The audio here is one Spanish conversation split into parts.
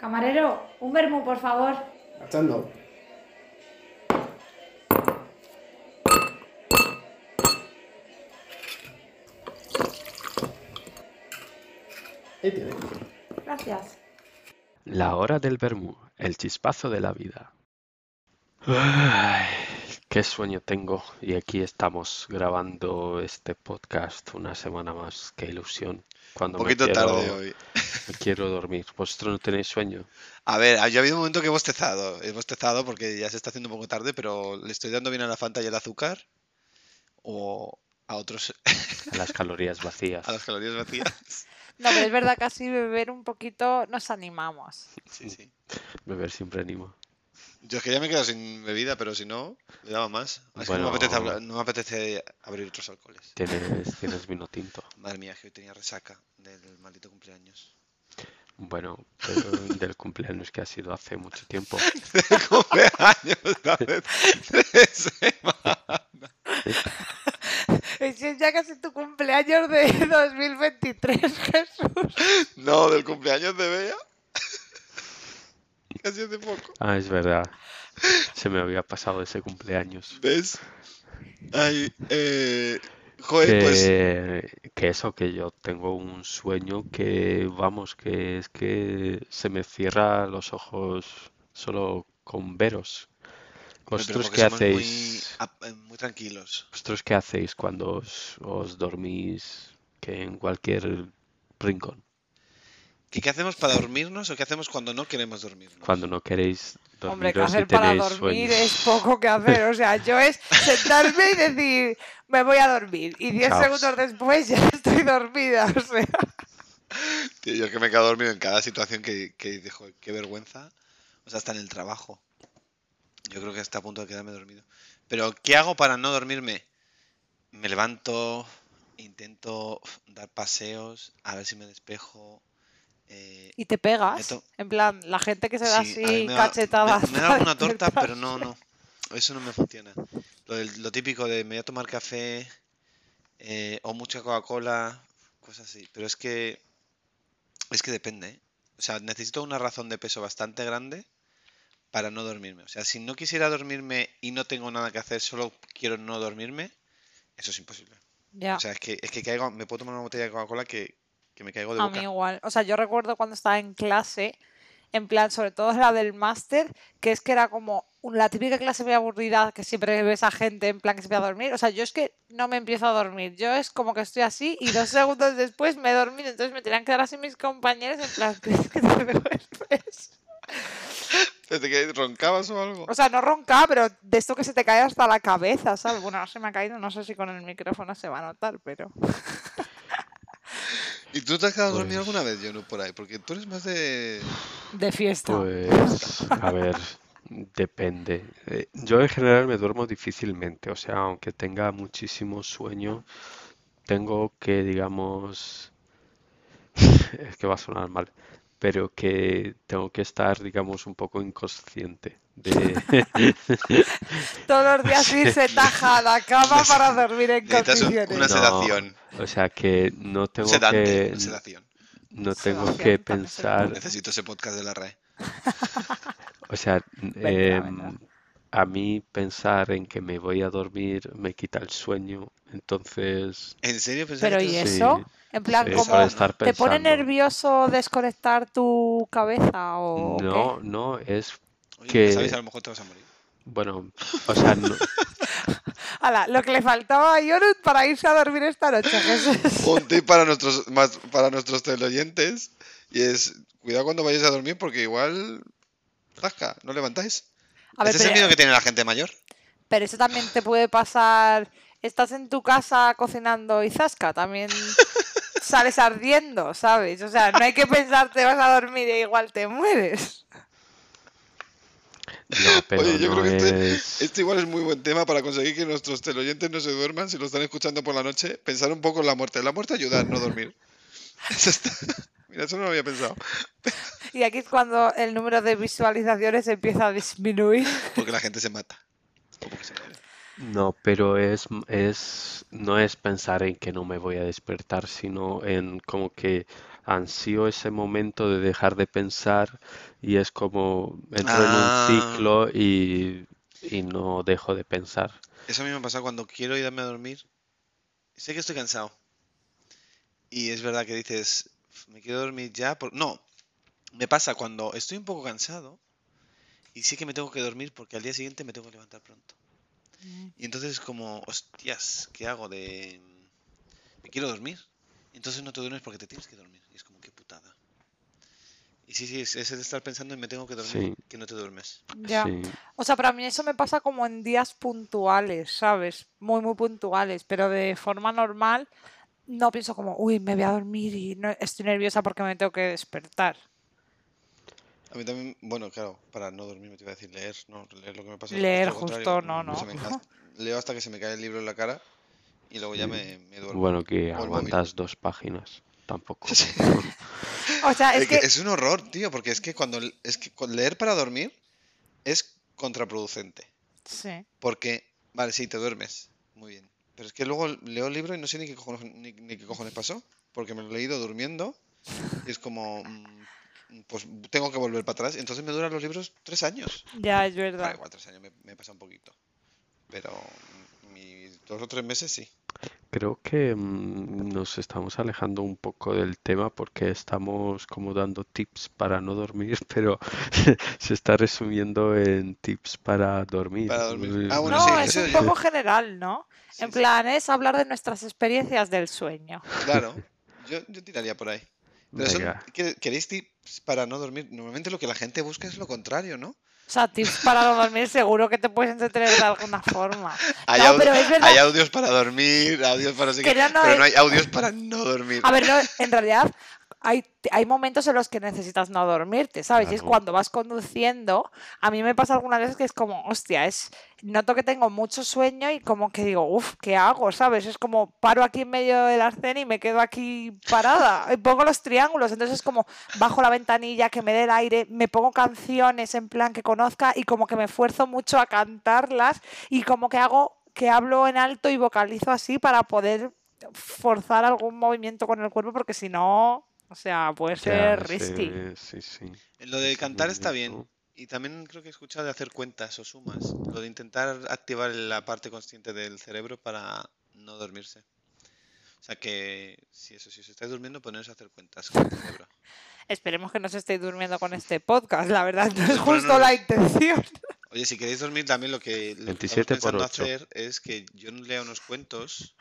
Camarero, un vermú, por favor. Marchando. Ahí tiene. Gracias. La hora del vermú, el chispazo de la vida. Ay, qué sueño tengo y aquí estamos grabando este podcast una semana más. Qué ilusión. Cuando Un me poquito quiero, tarde hoy. me quiero dormir. ¿Vosotros no tenéis sueño? A ver, ha habido un momento que he bostezado. He bostezado porque ya se está haciendo un poco tarde, pero le estoy dando bien a la Fanta y al azúcar. O a otros, A las calorías vacías. a las calorías vacías. No, pero es verdad que así beber un poquito nos animamos. Sí, sí. Beber siempre animo. Yo es que ya me he quedado sin bebida, pero si no, le daba más. Es que Bueno. no me apetece, hablar- no me apetece abrir otros alcoholes. Tienes, tienes vino tinto. Madre mía, que hoy tenía resaca del maldito cumpleaños. Bueno, pero del cumpleaños que ha sido hace mucho tiempo. Del cumpleaños, ¿sabes? Tres Ese Es ya casi tu cumpleaños de 2023, Jesús. No, del cumpleaños de Bea. Casi hace poco. Ah, es verdad. Se me había pasado ese cumpleaños. ¿Ves? Ay, eh, joder, pues que, que eso, que yo tengo un sueño que, vamos, que es que se me cierra los ojos solo con veros. Hombre, pero ¿Vosotros porque qué somos muy hacéis? ap- eh, Muy, tranquilos. ¿Vosotros qué hacéis cuando os, os dormís que en cualquier rincón? ¿Qué, qué hacemos para dormirnos o qué hacemos cuando no queremos dormirnos? Cuando no queréis Hombre, que dormiros y hacer para tenéis dormir sueño. es poco que hacer. O sea, yo es sentarme y decir, me voy a dormir. Y 10 Caos. segundos después ya estoy dormida. O sea, Tío, yo que me quedo dormido en cada situación que, que dices, "Joder, qué vergüenza. O sea, hasta en el trabajo. Yo creo que está a punto de quedarme dormido. Pero, ¿qué hago para no dormirme? Me levanto, intento dar paseos, a ver si me despejo. eh, y te pegas. Esto- En plan, la gente que se da Sí, a mí así me da- cachetadas. Me, me da para alguna torta, despertar. pero no, no. Eso no me funciona. Lo, del- lo típico de me voy a tomar café eh, o mucha Coca-Cola, cosas así. Pero es que es que depende, ¿eh? O sea, necesito una razón de peso bastante grande para no dormirme. O sea, si no quisiera dormirme y no tengo nada que hacer, solo quiero no dormirme, eso es imposible. Ya. O sea, es que, es que caigo, me puedo tomar una botella de Coca-Cola que, que me caigo de A boca. mí igual. O sea, yo recuerdo cuando estaba en clase, en plan, sobre todo la del máster, que es que era como un- la típica clase muy aburrida que siempre ves a gente en plan que se va a dormir. O sea, yo es que no me empiezo a dormir. Yo es como que estoy así y dos segundos después me he dormido. Entonces me tenían que dar así mis compañeros en plan, "¿Crees que te duermes?". ¿Desde que roncabas o algo? O sea, no ronca, pero de esto que se te cae hasta la cabeza, ¿sabes? Bueno, no se me ha caído, no sé si con el micrófono se va a notar, pero... ¿Y tú te has quedado dormido Pues- alguna vez, Jonu, por ahí? Porque tú eres más de... De fiesta. Pues, a ver, depende. Eh, Yo en general me duermo difícilmente, o sea, aunque tenga muchísimo sueño, tengo que, digamos, es que va a sonar mal, pero que tengo que estar, digamos, un poco inconsciente de... Todos los días irse taja a la cama Neces- para dormir en Necesitas un- condiciones. una No, sedación. O sea, que no tengo Un sedante, que... una sedación. No tengo Sedación que también se le pensar... Necesito ese podcast de la RAE. O sea, n- Vendrá, em, vendrá. a mí pensar en que me voy a dormir me quita el sueño, entonces ¿En serio pensás Pero que ¿y tú- eso? sí, En plan, sí, es como para estar ¿te pone pensando. nervioso desconectar tu cabeza o qué? No, no, es, Oye, que- ¿Sabes? A lo mejor te vas a morir. bueno, o sea, no- Ala, lo que le faltaba a Yorut para irse a dormir esta noche, Jesús. Un tip para nuestros, más, para nuestros teleoyentes. Y es, cuidado cuando vayáis a dormir porque igual... Zasca, no levantáis. A ver, Ese es el miedo pero, que tiene la gente mayor. pero eso también te puede pasar. Estás en tu casa cocinando y zasca, también sales ardiendo, ¿sabes? O sea, no hay que pensar te vas a dormir e igual te mueres. no, pero Oye, yo no creo que este, es, este igual es muy buen tema para conseguir que nuestros teleoyentes no se duerman si lo están escuchando por la noche. Pensar un poco en la muerte. La muerte ayuda a no dormir. Eso está- Mira, eso no lo había pensado. Y aquí es cuando el número de visualizaciones empieza a disminuir. Porque la gente se mata. O porque se muere. No, pero es, es, no es pensar en que no me voy a despertar, sino en como que ansío ese momento de dejar de pensar y es como entro en un Ah. ciclo y, y no dejo de pensar. Eso a mí me pasa cuando quiero irme a dormir. Sé que estoy cansado. Y es verdad que dices, "Uf, me quiero dormir ya. por-". No, me pasa cuando estoy un poco cansado y sé que me tengo que dormir porque al día siguiente me tengo que levantar pronto. Y entonces es como, hostias, ¿qué hago de... Me quiero dormir. Entonces no te duermes porque te tienes que dormir. Y es como, qué putada. Y sí, sí, es, es el estar pensando en me tengo que dormir, Sí. que no te duermes. Ya. Sí. O sea, para mí eso me pasa como en días puntuales, ¿sabes? Muy, muy puntuales, pero de forma normal no pienso como, uy, me voy a dormir y no, estoy nerviosa porque me tengo que despertar. A mí también, bueno, claro, para no dormir me te iba a decir leer, no, leer lo que me pasa. es Leer lo contrario, justo, no, no. se me ca- leo hasta que se me cae el libro en la cara y luego ya Sí. me, me duermo. Bueno, que O el móvil. aguantas dos páginas, tampoco. Sí. O sea, Ah, es Es, que que es un horror, tío, porque es que cuando es que con leer para dormir es contraproducente. sí, Porque, vale, sí, te duermes, muy bien. Pero es que luego leo el libro y no sé ni qué cojones, ni, ni qué cojones pasó, porque me lo he leído durmiendo y es como, mm, pues tengo que volver para atrás. Entonces me duran los libros tres años. ya es Ah, verdad. igual tres años me, me pasa un poquito. Pero mis dos o tres meses sí. Creo que mm, nos estamos alejando un poco del tema porque estamos como dando tips para no dormir, pero se está resumiendo en tips para dormir. Para dormir. Ah, bueno, No, sí, es eso un yo- poco general, ¿no? Sí, En sí, plan, es hablar de nuestras experiencias del sueño. claro. Yo, yo tiraría por ahí. Pero son- Venga. ¿qué- ¿queréis tips para no dormir? Normalmente lo que la gente busca es lo contrario, ¿no? O sea, tips para no dormir, seguro que te puedes entretener de alguna forma. Hay, No, au- pero es verdad. hay audios para dormir, audios para no sé Que qué, no, no, pero es- no hay audios para no dormir. A ver, no, en realidad hay, hay momentos en los que necesitas no dormirte, ¿sabes? Y es Claro. cuando vas conduciendo. A mí me pasa algunas veces que es como, hostia, es, noto que tengo mucho sueño y como que digo, uff, ¿qué hago? ¿Sabes? Es como, paro aquí en medio de la escena y me quedo aquí parada. Y pongo los triángulos. Entonces es como, bajo la ventanilla, que me dé el aire, me pongo canciones en plan que conozca y como que me esfuerzo mucho a cantarlas y como que hago que hablo en alto y vocalizo así para poder forzar algún movimiento con el cuerpo porque si no, o sea, puede Ya, ser risky. sí, sí, sí. Lo de Ese cantar está bien. movimiento. Y también creo que he escuchado de hacer cuentas o sumas. Lo de intentar activar la parte consciente del cerebro para no dormirse. O sea que, si eso, si os estáis durmiendo, poneros a hacer cuentas con el cerebro. Esperemos que no se estéis durmiendo con este podcast, la verdad, no es No, no, justo no. la intención. Oye, si queréis dormir, también lo que lo que estamos 27 por pensando 8. hacer es que yo lea unos cuentos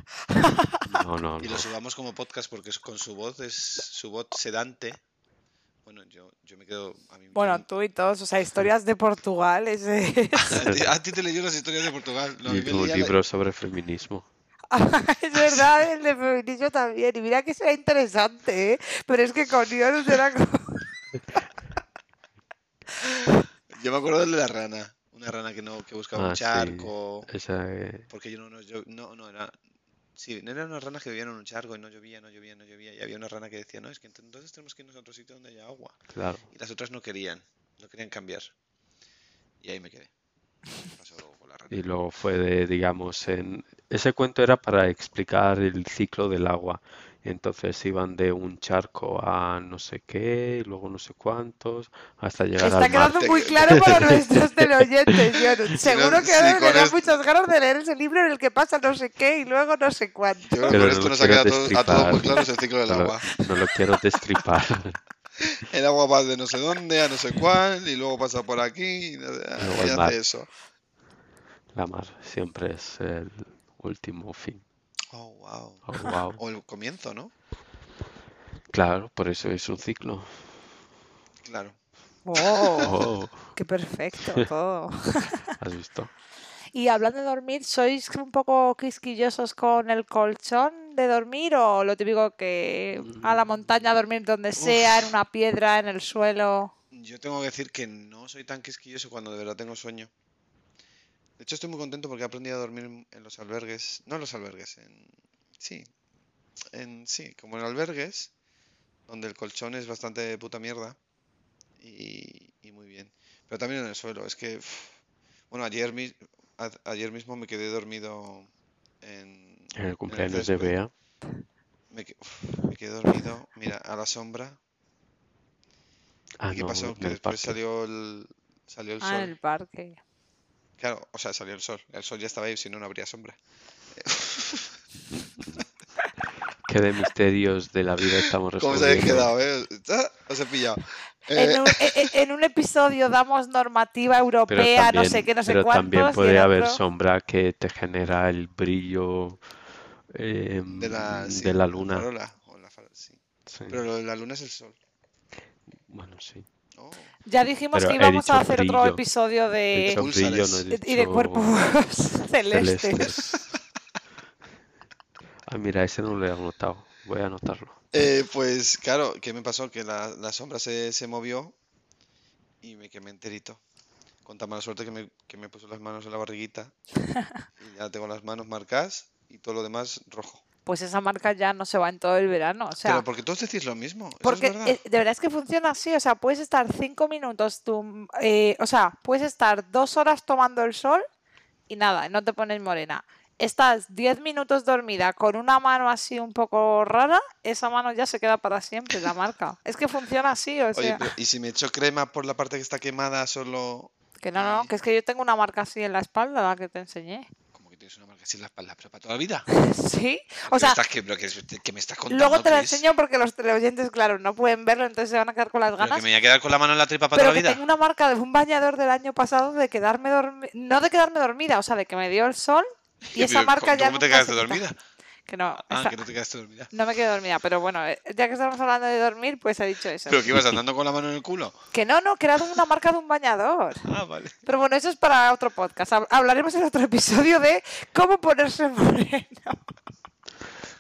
No, no, y no. los subamos como podcast porque es- con su voz es su voz sedante. Bueno, yo, yo me quedo a mí me Bueno, quedan- tú y todos, o sea, historias de Portugal, eh, ese... A ti- a ti te leyó las historias de Portugal. No, a mí Y me tu leía la- libro sobre feminismo. es verdad, el de feminismo también, y mira que será interesante, ¿eh? pero es que con Dios será como- Yo me acuerdo del de la rana. Una rana que no, que buscaba un Ah, sí. charco. Esa, eh, Porque yo no, no, yo- no, no era. Sí, eran unas ranas que vivían en un charco y no llovía, no llovía, no llovía. Y había una rana que decía, no, es que ent- entonces tenemos que irnos a otro sitio donde haya agua. claro. Y las otras no querían, no querían cambiar. Y ahí me quedé. ¿Qué pasó con la rana? Y luego fue de, digamos, en... Ese cuento era para explicar el ciclo del agua. Entonces iban de un charco a no sé qué, y luego no sé cuántos, hasta llegar Está al mar. quedando muy claro para nuestros teleoyentes, Jon. Seguro que sí, ahora con le da esto- muchas ganas de leer ese libro en el que pasa no sé qué y luego no sé cuánto. Yo creo que Pero con no esto lo nos ha quiero quedado a todos- a todos muy destripar. claro el ciclo del No lo- agua. no lo quiero destripar. El agua va de no sé dónde a no sé cuál y luego pasa por aquí y, no- Luego y el mar. hace eso. La mar siempre es el último fin. Oh, wow. Oh, wow. O el comienzo, ¿no? Claro, por eso es un ciclo. Claro. ¡Oh! Oh, ¡Qué perfecto todo! ¿has visto? Y hablando de dormir, ¿sois un poco quisquillosos con el colchón de dormir o lo típico que Mm. a la montaña a dormir donde sea, en una piedra, en el suelo? Yo tengo que decir que no soy tan quisquilloso cuando de verdad tengo sueño. De hecho, estoy muy contento porque he aprendido a dormir en en los albergues. No en los albergues, en... Sí. En... Sí, como en albergues, donde el colchón es bastante puta mierda. Y, y muy bien. Pero también en el suelo. Es que... uf, Bueno, ayer, mi- a- ayer mismo me quedé dormido en, En el en cumpleaños el de césped. Bea. Me, que- uf, me quedé dormido, mira, a la sombra. Ah, ¿Y qué no, pasó? en Que el después parque. salió el, salió el Ah, en sol. el parque. Claro, o sea, salió el sol. El sol ya estaba ahí, si no, no habría sombra. Qué de misterios de la vida estamos ¿Cómo se habéis resolviendo. quedado, eh? Ah, Os he pillado. Eh, En un, e- e- en un episodio damos normativa Pero europea, no sé también- qué, no sé pero cuántos. también y puede el haber otro- sombra que te genera el brillo em, de la, sí, de la luna. farola, o la faro- sí. Sí, Pero lo de la luna es el sol. bueno, sí. Oh, Ya dijimos Pero que he íbamos a dicho hacer otro brillo. episodio He de dicho brillo, no he Eh, y- y de dicho cuerpos celestes. celestes. Ah, mira, ese no lo he anotado. Voy a anotarlo. Eh, pues claro, ¿qué me pasó? Que la, la sombra se, se movió y me quemé enterito. Con tan mala suerte que me, que me puso las manos en la barriguita. Y ya tengo las manos marcadas y todo lo demás rojo. Pues esa marca ya no se va en todo el verano, o sea, Pero porque todos decís lo mismo, eso es porque verdad. eh, de verdad es que funciona así, o sea, puedes estar cinco minutos, tú, eh, o sea, puedes estar dos horas tomando el sol y nada, no te pones morena. Estás diez minutos dormida con una mano así un poco rara, esa mano ya se queda para siempre, la marca. Es que funciona así, o Oye, sea, pero ¿y si me echo crema por la parte que está quemada solo? que no, no, que es que yo tengo una marca así en la espalda, la que te enseñé. Como que tienes una marca así en la espalda, pero para toda la vida. Sí, ¿Pero o sea, estás que, pero que- que me estás contando, Luego te la Cris? enseño porque los teleoyentes, claro, no pueden verlo, entonces se van a quedar con las ¿Pero que ganas. me voy a quedar con la mano en la tripa para Pero toda que la tengo vida? una marca de un bañador del año pasado de quedarme dormida, no de quedarme dormida, o sea, de que me dio el sol y esa Pero, marca ¿cómo- ya ¿Cómo te nunca quedaste se quita. dormida? Que no, Ah, esa- que no te quedaste dormida. no me quedo dormida, pero bueno, eh, ya que estamos hablando de dormir, pues he dicho eso. ¿Pero que ibas andando con la mano en el culo? Que no, no, que era de una marca de un bañador. Ah, vale. Pero bueno, eso es para otro podcast. Hab- Hablaremos en otro episodio de cómo ponerse moreno.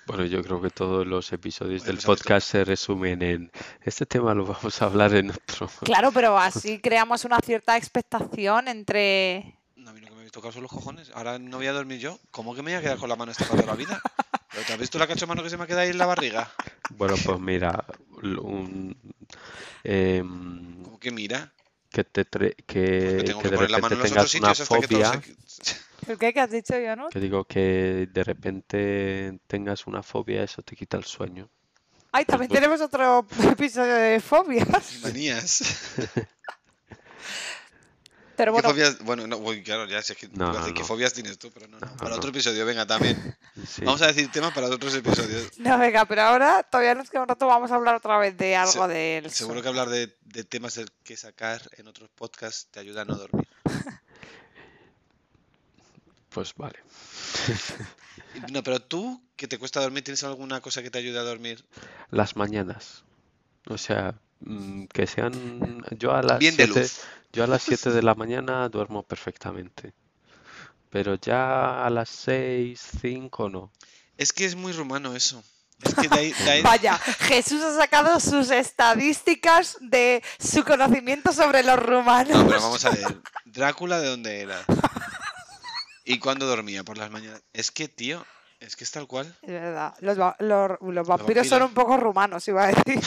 Bueno, yo creo que todos los episodios Oye, del pues, a mí to- podcast se resumen en este tema lo vamos a hablar en otro. Claro, pero así creamos una cierta expectación entre, No, a mí lo que me tocado son los cojones. Ahora no voy a dormir yo. ¿Cómo que me voy a quedar con la mano esta para toda la vida? ¿Pero te has visto la cachomano que se me ha quedado ahí en la barriga? Bueno, pues mira, l- un, em, Como que mira. que te tre- Pues me que, tengo Eh, que que de poner la mano repente en los tengas otros una sitios hasta que todo fobia, se... ¿El qué que has dicho, no? que digo que de repente tengas una fobia, eso te quita el sueño. Ay, también Pues tenemos otro episodio de fobias. Manías. Pero ¿Qué bueno, fobias? Bueno, no, uy, claro, ya sé que No, iba a no, decir, ¿qué no. fobias tienes tú? Pero no, no. No, Para no. otro episodio, venga, también. Sí. Vamos a decir temas para otros episodios. no, venga, pero ahora todavía nos queda un rato, vamos a hablar otra vez de algo del sol. Seguro que hablar de, de temas del que sacar en otros podcasts te ayuda a no dormir. Pues vale. Y- No, pero tú, que te cuesta dormir, ¿tienes alguna cosa que te ayude a dormir? Las mañanas. O sea, mm, que sean yo a las Bien de 7 luz. yo a las 7 de la mañana duermo perfectamente. Pero ya a las 6, 5 no. Es que es muy rumano eso. Es que de ahí, de ahí- Vaya, Jesús ha sacado sus estadísticas de su conocimiento sobre los rumanos. No, pero vamos a ver. Drácula, ¿de dónde era? ¿Y cuándo dormía? Por las mañanas. Es que, tío, es que es tal cual. Es verdad, los, va- los- los vampiros vampiros. son un poco rumanos, iba a decir.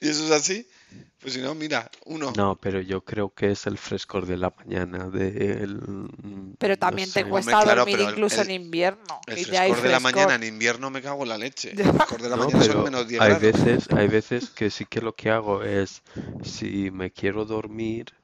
¿Y eso es así? Pues si no, mira, uno. No, pero yo creo que es el frescor de la mañana del mm, Pero no también te sé. cuesta claro, dormir pero el- incluso el- en invierno. El que ya hay frescor de la mañana frescor. en invierno me cago en la leche. Ya. El frescor de la No, mañana son pero menos 10 hay grados. veces, hay veces que sí que lo que hago es, si me quiero dormir,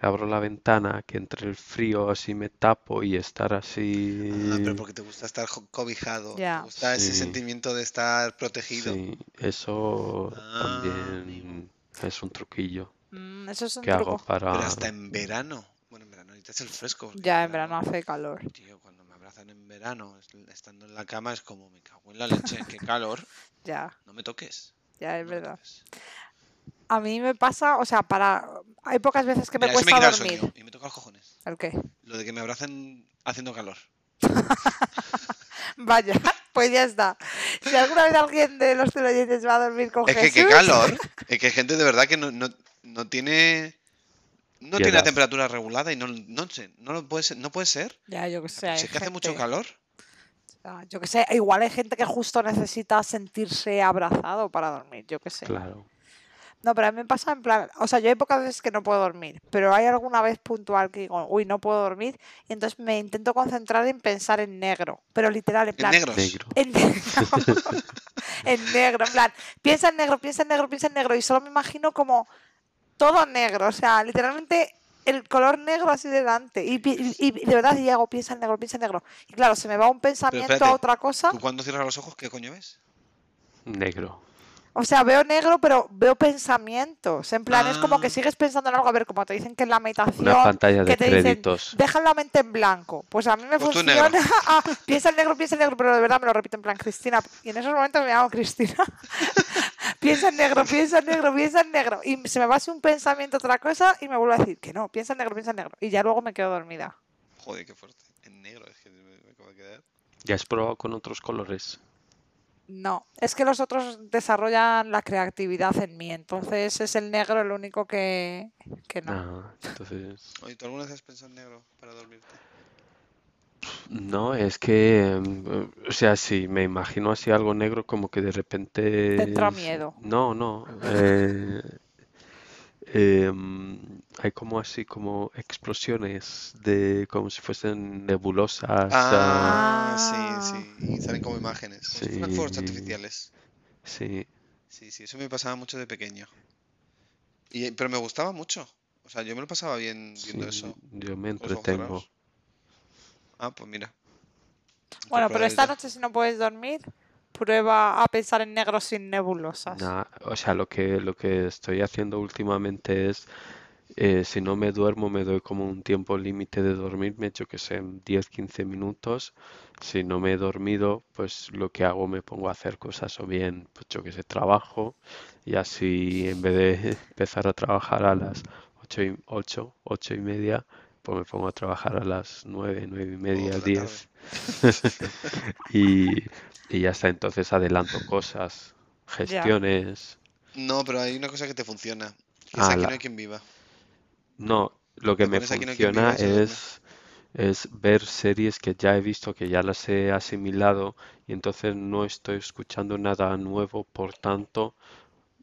abro la ventana, que entre el frío así me tapo y estar así. Ah, pero porque te gusta estar jo- cobijado. Ya. Te gusta ese Sí. sentimiento de estar protegido. Sí, eso Ah, amigo. también es un truquillo Mm, eso es un que hago truco. Pero para... hasta en verano. Bueno, en verano necesitas el fresco. porque Ya en verano hace calor. Tío, cuando me abrazan en verano, es- estando en la cama, es como me cago en la leche, qué calor, Ya, no me toques. ya no es me verdad. toques. A mí me pasa, o sea, para. Hay pocas veces que me Mira, eso me quita cuesta el dormir. sueño y me toca los cojones. ¿El qué? Lo de que me abracen haciendo calor. Vaya, pues ya está. Si alguna vez alguien de los teleoyentes va a dormir con Es que qué Jesús, calor. Es que hay gente de verdad que no, no, no tiene. No tiene la Piedad. temperatura regulada y no, no sé, no lo puede ser, no puede ser. Ya, yo que O sea, sé. pero hay si es que hace mucho gente- calor. ah, Yo que sé, igual hay gente que justo necesita sentirse abrazado para dormir, yo que sé. Claro. No, pero a mí me pasa en plan, o sea, yo hay pocas veces que no puedo dormir, pero hay alguna vez puntual que digo, uy, no puedo dormir, y entonces me intento concentrar en pensar en negro, pero literal, en En plan, negros. Negro. en negro. en negro, en plan, piensa en negro, piensa en negro, piensa en negro. Y solo me imagino como todo negro, o sea, literalmente el color negro así delante. Y, pi- y- y de verdad, y hago, piensa en negro, piensa en negro. Y claro, se me va un pensamiento a espérate, otra cosa. ¿Tú cuando cierras los ojos qué coño ves? Negro. O sea, veo negro, pero veo pensamientos. En plan, es como que Ah. sigues pensando en algo. A ver, como te dicen que en la meditación. Una pantalla de que te dicen, créditos. Deja la mente en blanco. Pues a mí me Pues tú en funciona. negro. ah, piensa en negro, piensa en negro, pero de verdad me lo repito en plan Cristina. Y en esos momentos me llamo Cristina. piensa en negro, piensa en negro, piensa en negro. Y se me va así un pensamiento a otra cosa y me vuelve a decir que no, piensa en negro, piensa en negro. Y ya luego me quedo dormida. Joder, qué fuerte. En negro, es que me, me acabo de quedar. ¿Ya has probado con otros colores? No, es que los otros desarrollan la creatividad en mí, entonces es el negro el único que, que no. Ah, entonces. Oye, ¿tú alguna vez has pensado en negro para dormirte? No, es que, em, o sea, sí, me imagino así algo negro como que de repente... entra es- miedo. No, no. eh, em, hay como así como explosiones de como si fuesen nebulosas. ah, Ah, Ah. sí, sí. Y salen como imágenes. Como si fueran fuegos Sí. artificiales. sí. Sí, sí, eso me pasaba mucho de pequeño. Y, eh, pero me gustaba mucho. O sea, yo me lo pasaba bien viendo sí, eso. yo me con los ojos entretengo. cerrados. Ah, pues mira. Bueno, pero probaré esta ya. noche si no puedes dormir, prueba a pensar en negro sin nebulosas. Nah, o sea, lo que, lo que estoy haciendo últimamente es, eh, si no me duermo, me doy como un tiempo límite de dormirme, yo que sé, en 10-15 minutos. Si no me he dormido, pues lo que hago, me pongo a hacer cosas o bien, pues yo que sé, trabajo. Y así, en vez de empezar a trabajar a las 8 y, 8, 8 y media, pues me pongo a trabajar a las 9, 9 y media, de la tarde. 10. Y, y ya está, entonces adelanto cosas, gestiones. No, pero hay una cosa que te funciona. Que es Ah, aquí no la- hay quien viva. No, lo que Te me pones aquí, no hay quien funciona viva y se duerme. es, es ver series que ya he visto, que ya las he asimilado y entonces no estoy escuchando nada nuevo, por tanto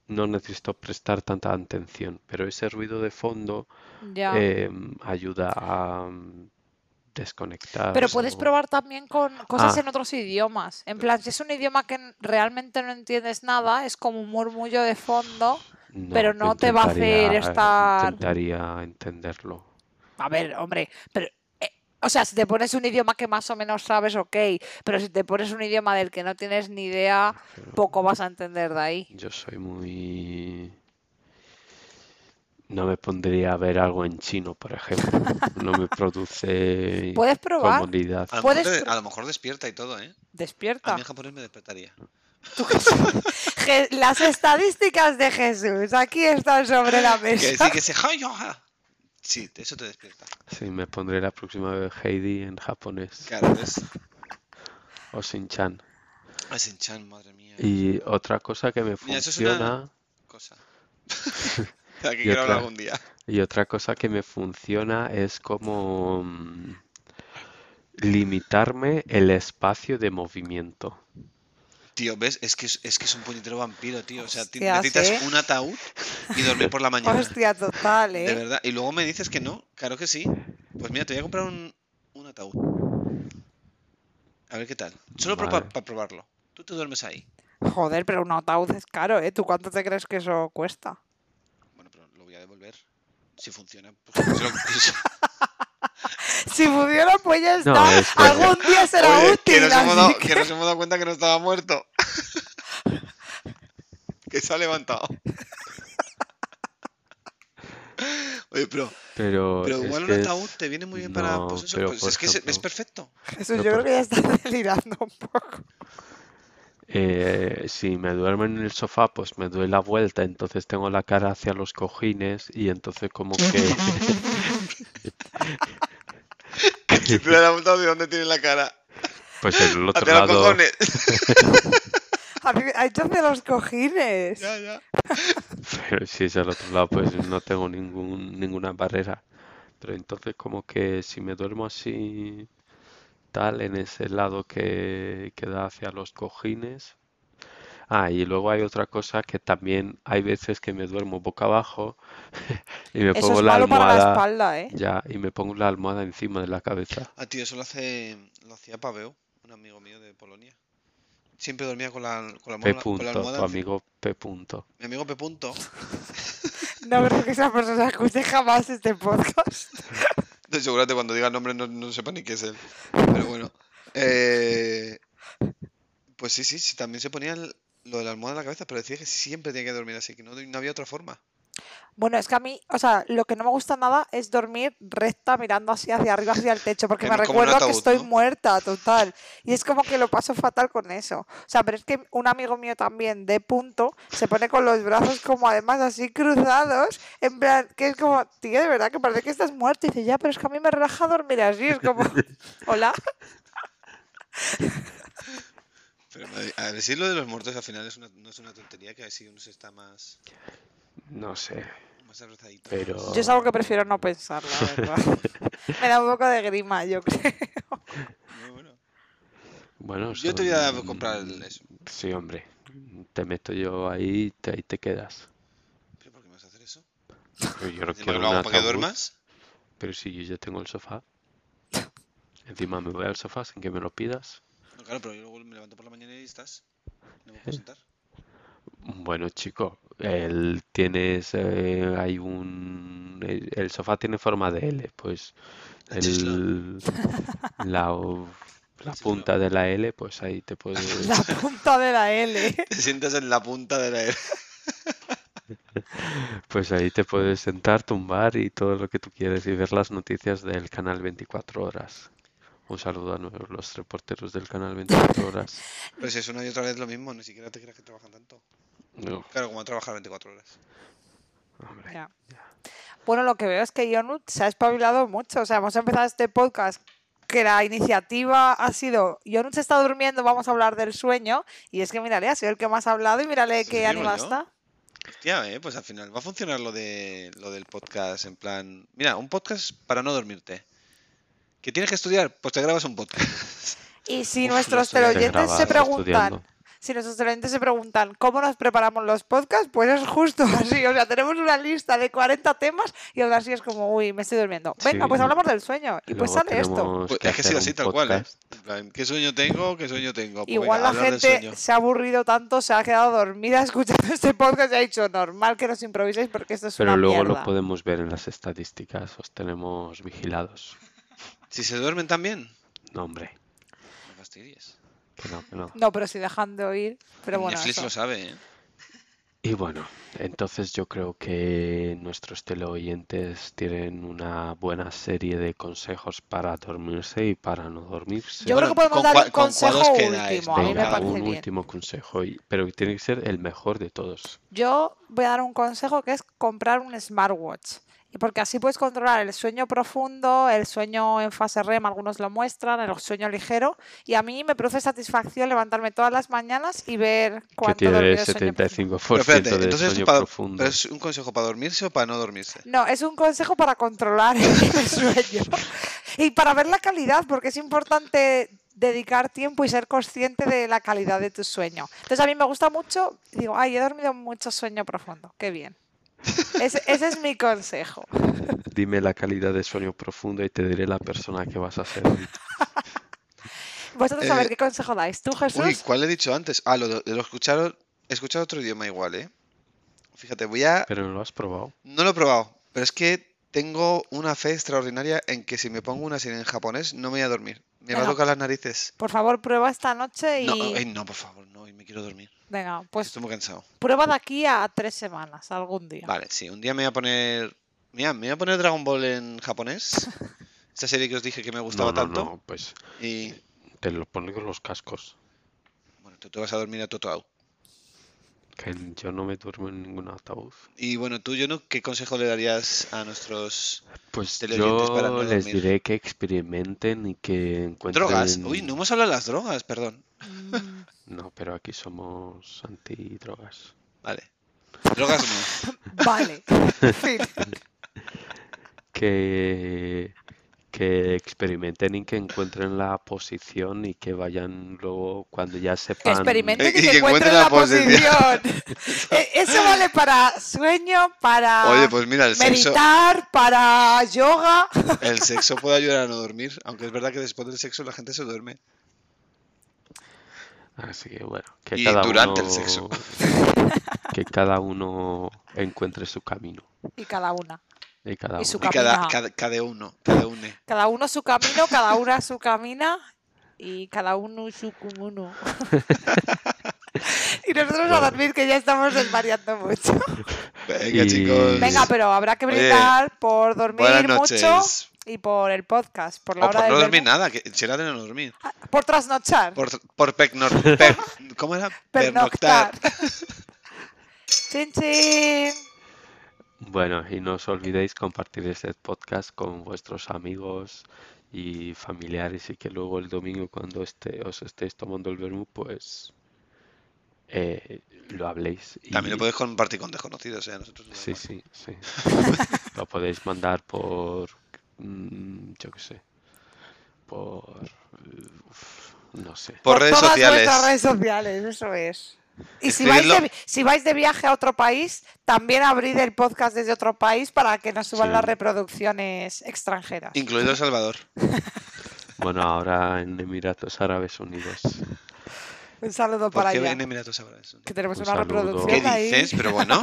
no necesito prestar tanta atención. Pero ese ruido de fondo Ya. em, ayuda a mm, desconectar Pero puedes o- probar también con cosas Ah. en otros idiomas. En plan, si es un idioma que n- realmente no entiendes nada, es como un murmullo de fondo. No, pero yo no te va a hacer intentaría- estar- Intentaría entenderlo. A ver, hombre, pero... eh, O sea, si te pones un idioma que más o menos sabes, ok, pero si te pones un idioma del que no tienes ni idea, pero- poco vas a entender de ahí. Yo soy muy... No me pondría a ver algo en chino, por ejemplo. No me produce Puedes probar, comodidad. A lo, Puedes mejor, te- pro- Ah. a lo mejor despierta y todo, ¿eh? A despierta. mí en japonés me despertaría. Je- Las estadísticas de Jesús, aquí están sobre la Que mesa. sí, que se... ¡Ay, oja! Sí, eso te despierta. Sí, me pondré la próxima vez Heidi en japonés Claro, es... o Shin-chan. Ah, es en chan, madre mía. Y otra cosa que me Mira, eso es una- funciona, Cosa. De la que Y quiero hablar otra. algún día. y otra cosa que me funciona es como mm, limitarme el espacio de movimiento. Tío, ¿ves? Es que es, es que es un puñetero vampiro, tío. O sea, ti- Hostias, necesitas ¿eh? un ataúd y dormir por la mañana. Hostia, total, De ¿eh? verdad. Y luego me dices que no. Claro que sí. Pues mira, te voy a comprar un, un ataúd. A ver qué tal. Solo para Vale. probarlo. Tú te duermes ahí. Joder, pero un ataúd es caro, ¿eh? ¿Tú cuánto te crees que eso cuesta? Bueno, pero lo voy a devolver. Si funciona, pues se lo pienso. Si pudiera, pues ya está. No, es que- Algún día será Oye, útil. que nos, hemos así dado, que- que nos hemos dado cuenta que no estaba muerto. que se ha levantado. Oye, pero, Pero pero es igual un que es- ataúd te viene muy bien para. no, pues eso, pero pues por es que es, es ejemplo, perfecto. Jesús, no, yo creo por- que ya estás delirando un poco. Eh, si me duermo en el sofá, pues me doy la vuelta, entonces tengo la cara hacia los cojines y entonces como que... Si te das vuelta de dónde tiene la cara. Pues en el otro Hacia los lado... cojones. A mí- Ha hecho de los cojines. ya, ya. Pero si es al otro lado, pues no tengo ningún, ninguna barrera. Pero entonces como que si me duermo así, tal, en ese lado que, que da hacia los cojines... Ah, y luego hay otra cosa que también hay veces que me duermo boca abajo y me Eso pongo es la malo para la almohada. espalda, ¿eh? Ya, y me pongo la almohada encima de la cabeza. Ah, tío, eso lo hace, lo hacía Paweł, un amigo mío de Polonia. Siempre dormía con la, con la, P. almohada- con la punto, almohada tu encima. amigo P. punto. Mi amigo P. Punto. No creo que esa persona escuche jamás este podcast. De seguramente cuando diga el nombre no, no sepa ni qué es él. Pero bueno. Eh, pues sí, sí, sí, también se ponía el- lo de la almohada en la cabeza, pero decía que siempre tenía que dormir así, que no, no había otra forma. Bueno, es que a mí, o sea, lo que no me gusta nada es dormir recta mirando así hacia arriba, hacia el techo, porque Que me no es como un recuerdo que ataúd, estoy ¿no? muerta, total. Y es como que lo paso fatal con eso. O sea, pero es que un amigo mío también, de punto, se pone con los brazos como además así cruzados, en plan, que es como, tío, de verdad que parece que estás muerta. Y dice, ya, pero es que a mí me relaja dormir así. Es como, hola. Pero madre- a decir lo de los muertos al final es una, no es una tontería, que así uno se está más, No sé, más abrazadito. pero Yo es algo que prefiero no pensar, la verdad. Me da un poco de grima, yo creo. Muy bueno. bueno, Yo te voy a son- mm, comprar el- este. eso. Sí, hombre, te meto yo ahí y te, ahí te quedas. ¿Pero por qué me vas a hacer eso? Pero yo no Encima que quiero lo un hago para que ataúd, duermas. pero si yo ya tengo el sofá. Encima me voy al sofá sin que me lo pidas. No, claro, pero yo luego me levanto por la mañana y estás. No me Eh. puedo sentar. Bueno, chico, el, tienes, eh, hay un, el, el sofá tiene forma de L, pues La chisla. el, la, o- la chisla. punta de la L, pues ahí te puedes, La punta de la L. Te sientas en la punta de la era. pues ahí te puedes sentar, tumbar y todo lo que tú quieres y ver las noticias del canal 24 horas. Un saludo a nuestros- los reporteros del canal 24 horas. Pero si es una y otra vez lo mismo, ni siquiera te creas que trabajan tanto. No, Claro, como a trabajar 24 horas. hombre. Ya. Bueno, lo que veo es que Jonut se ha espabilado mucho. O sea, hemos empezado este podcast que la iniciativa ha sido Jonut se está durmiendo, vamos a hablar del sueño. Y es que mírale, ha sido el que más ha hablado y mírale Sí, qué digo ánima yo. está. Hostia, eh, pues al final va a funcionar lo de lo del podcast en plan, mira, un podcast para no dormirte. ¿Que tienes que estudiar? Pues te grabas un podcast. Y si Uf, lo nuestros estoy teleoyentes se grabando, estudiando. preguntan, si nuestros teleoyentes se preguntan cómo nos preparamos los podcasts, pues es justo así. O sea, tenemos una lista de 40 temas y ahora sí es como, uy, me estoy durmiendo. Venga, Sí, pues lo- hablamos del sueño. Y pues Luego sale esto. tenemos Pues que es que sí, hacer así un tal cual, ¿eh? podcast. En plan, ¿qué sueño tengo? ¿Qué sueño tengo? Pues Igual venga, la hablar del gente sueño. se ha aburrido tanto, se ha quedado dormida escuchando este podcast y ha dicho, normal que nos improviséis porque esto es Pero una luego lo mierda". podemos ver en las estadísticas, os tenemos vigilados. Si se duermen también, No, hombre, no fastidies. que no, que no. No, pero sí dejan de oír. Pero bueno, Netflix eso. lo sabe, ¿eh? Y bueno, entonces yo creo que nuestros teleoyentes tienen una buena serie de consejos para dormirse y para no dormirse. Yo Bueno, creo que podemos ¿con dar cua- un con cuáles consejo quedáis? último. A mí me Venga, parece un bien. último consejo, y- pero tiene que ser el mejor de todos. Yo voy a dar un consejo que es comprar un smartwatch. Y Porque así puedes controlar el sueño profundo, el sueño en fase REM, algunos lo muestran, el sueño ligero. Y a mí me produce satisfacción levantarme todas las mañanas y ver Que cuánto he tiene dormido el de sueño profundo. 75% Pero espérate, de entonces es sueño un, pa- profundo. pero es un consejo para dormirse o para no dormirse. No, es un consejo para controlar el sueño y para ver la calidad, porque es importante dedicar tiempo y ser consciente de la calidad de tu sueño. Entonces a mí me gusta mucho, digo, ay, he dormido mucho sueño profundo, qué bien. Ese, ese es mi consejo. Dime la calidad de sueño profundo y te diré la persona que vas a ser. Vosotros a ver Eh, qué consejo dais. ¿Tú, Jesús? Uy, ¿cuál he dicho antes? Ah, lo de, de lo escuchar, escuchar otro idioma igual, ¿eh? Fíjate, voy a... Pero no lo has probado. No lo he probado, pero es que tengo una fe extraordinaria en que si me pongo una serie en japonés no me voy a dormir. Me va a Venga. tocar las narices. Por favor, prueba esta noche y... No, eh, ay, no, por favor, no, hoy me quiero dormir. Venga, pues Estoy muy cansado. prueba de aquí a tres semanas, algún día. Vale, sí, un día me voy a poner... Mira, me voy a poner Dragon Ball en japonés. Esta serie que os dije que me gustaba No, no, tanto. no, pues Y... te lo pones con los cascos. Bueno, tú te vas a dormir a Totoro. Que yo no me duermo en ningún ataúd. Y bueno, tú, Jonu, ¿qué consejo le darías a nuestros... Pues teleoyentes para yo no les dormir. diré que experimenten y Pues que encuentren. Drogas. Uy, no hemos hablado de las drogas, perdón. Mm. No, pero aquí somos antidrogas. Vale. Drogas no. Vale. Fin. Que, que experimenten y que encuentren la posición y que vayan luego cuando ya Que sepan. experimenten y Y que, que encuentren encuentren la la posición. E- Eso vale para sueño, para Oye, pues mira, el sexo, Ah, meditar, para yoga. el sexo puede ayudar a no dormir, aunque es verdad que después del sexo la gente se duerme. Así que bueno, que Y cada durante el uno, sexo. que cada uno encuentre su camino Y cada una. y cada Y su una. Y cada, Camina. cada, cada uno, cada une. Cada uno su camino, cada una su camina y cada uno su cumuno. y nosotros a Bueno. dormir que ya estamos desvariando mucho. Venga, Y- chicos. Venga, pero habrá que Oye, brindar por dormir Buenas mucho noches. y por el podcast, por la O hora por de Ah. no dormir nada, que será de no dormir. por trasnochar, Por, por pecnor- per- ¿Cómo era? pernoctar. chin chin. Bueno, y no os olvidéis compartir este podcast con vuestros amigos y familiares y que luego el domingo cuando esté, os estéis tomando el vermú, pues eh, lo habléis También lo y- puedes compartir con desconocidos, ¿eh? Nosotros no Sí, lo sí, sí. Lo podéis mandar por, mm, yo qué sé, por, eh, uf, no sé. Por redes todas sociales. Pues vuestras redes sociales, eso es. Y si vais, Escribidlo. de, vi- si vais de viaje a otro país, también abrid el podcast desde otro país para que nos suban Sí. las reproducciones extranjeras. Incluido El Salvador. Bueno, ahora en Emiratos Árabes Unidos. Un saludo ¿Por para qué allá. en Emiratos ahora eso? Que tenemos Un una saludo. reproducción ¿Qué ahí. dices? Pero bueno,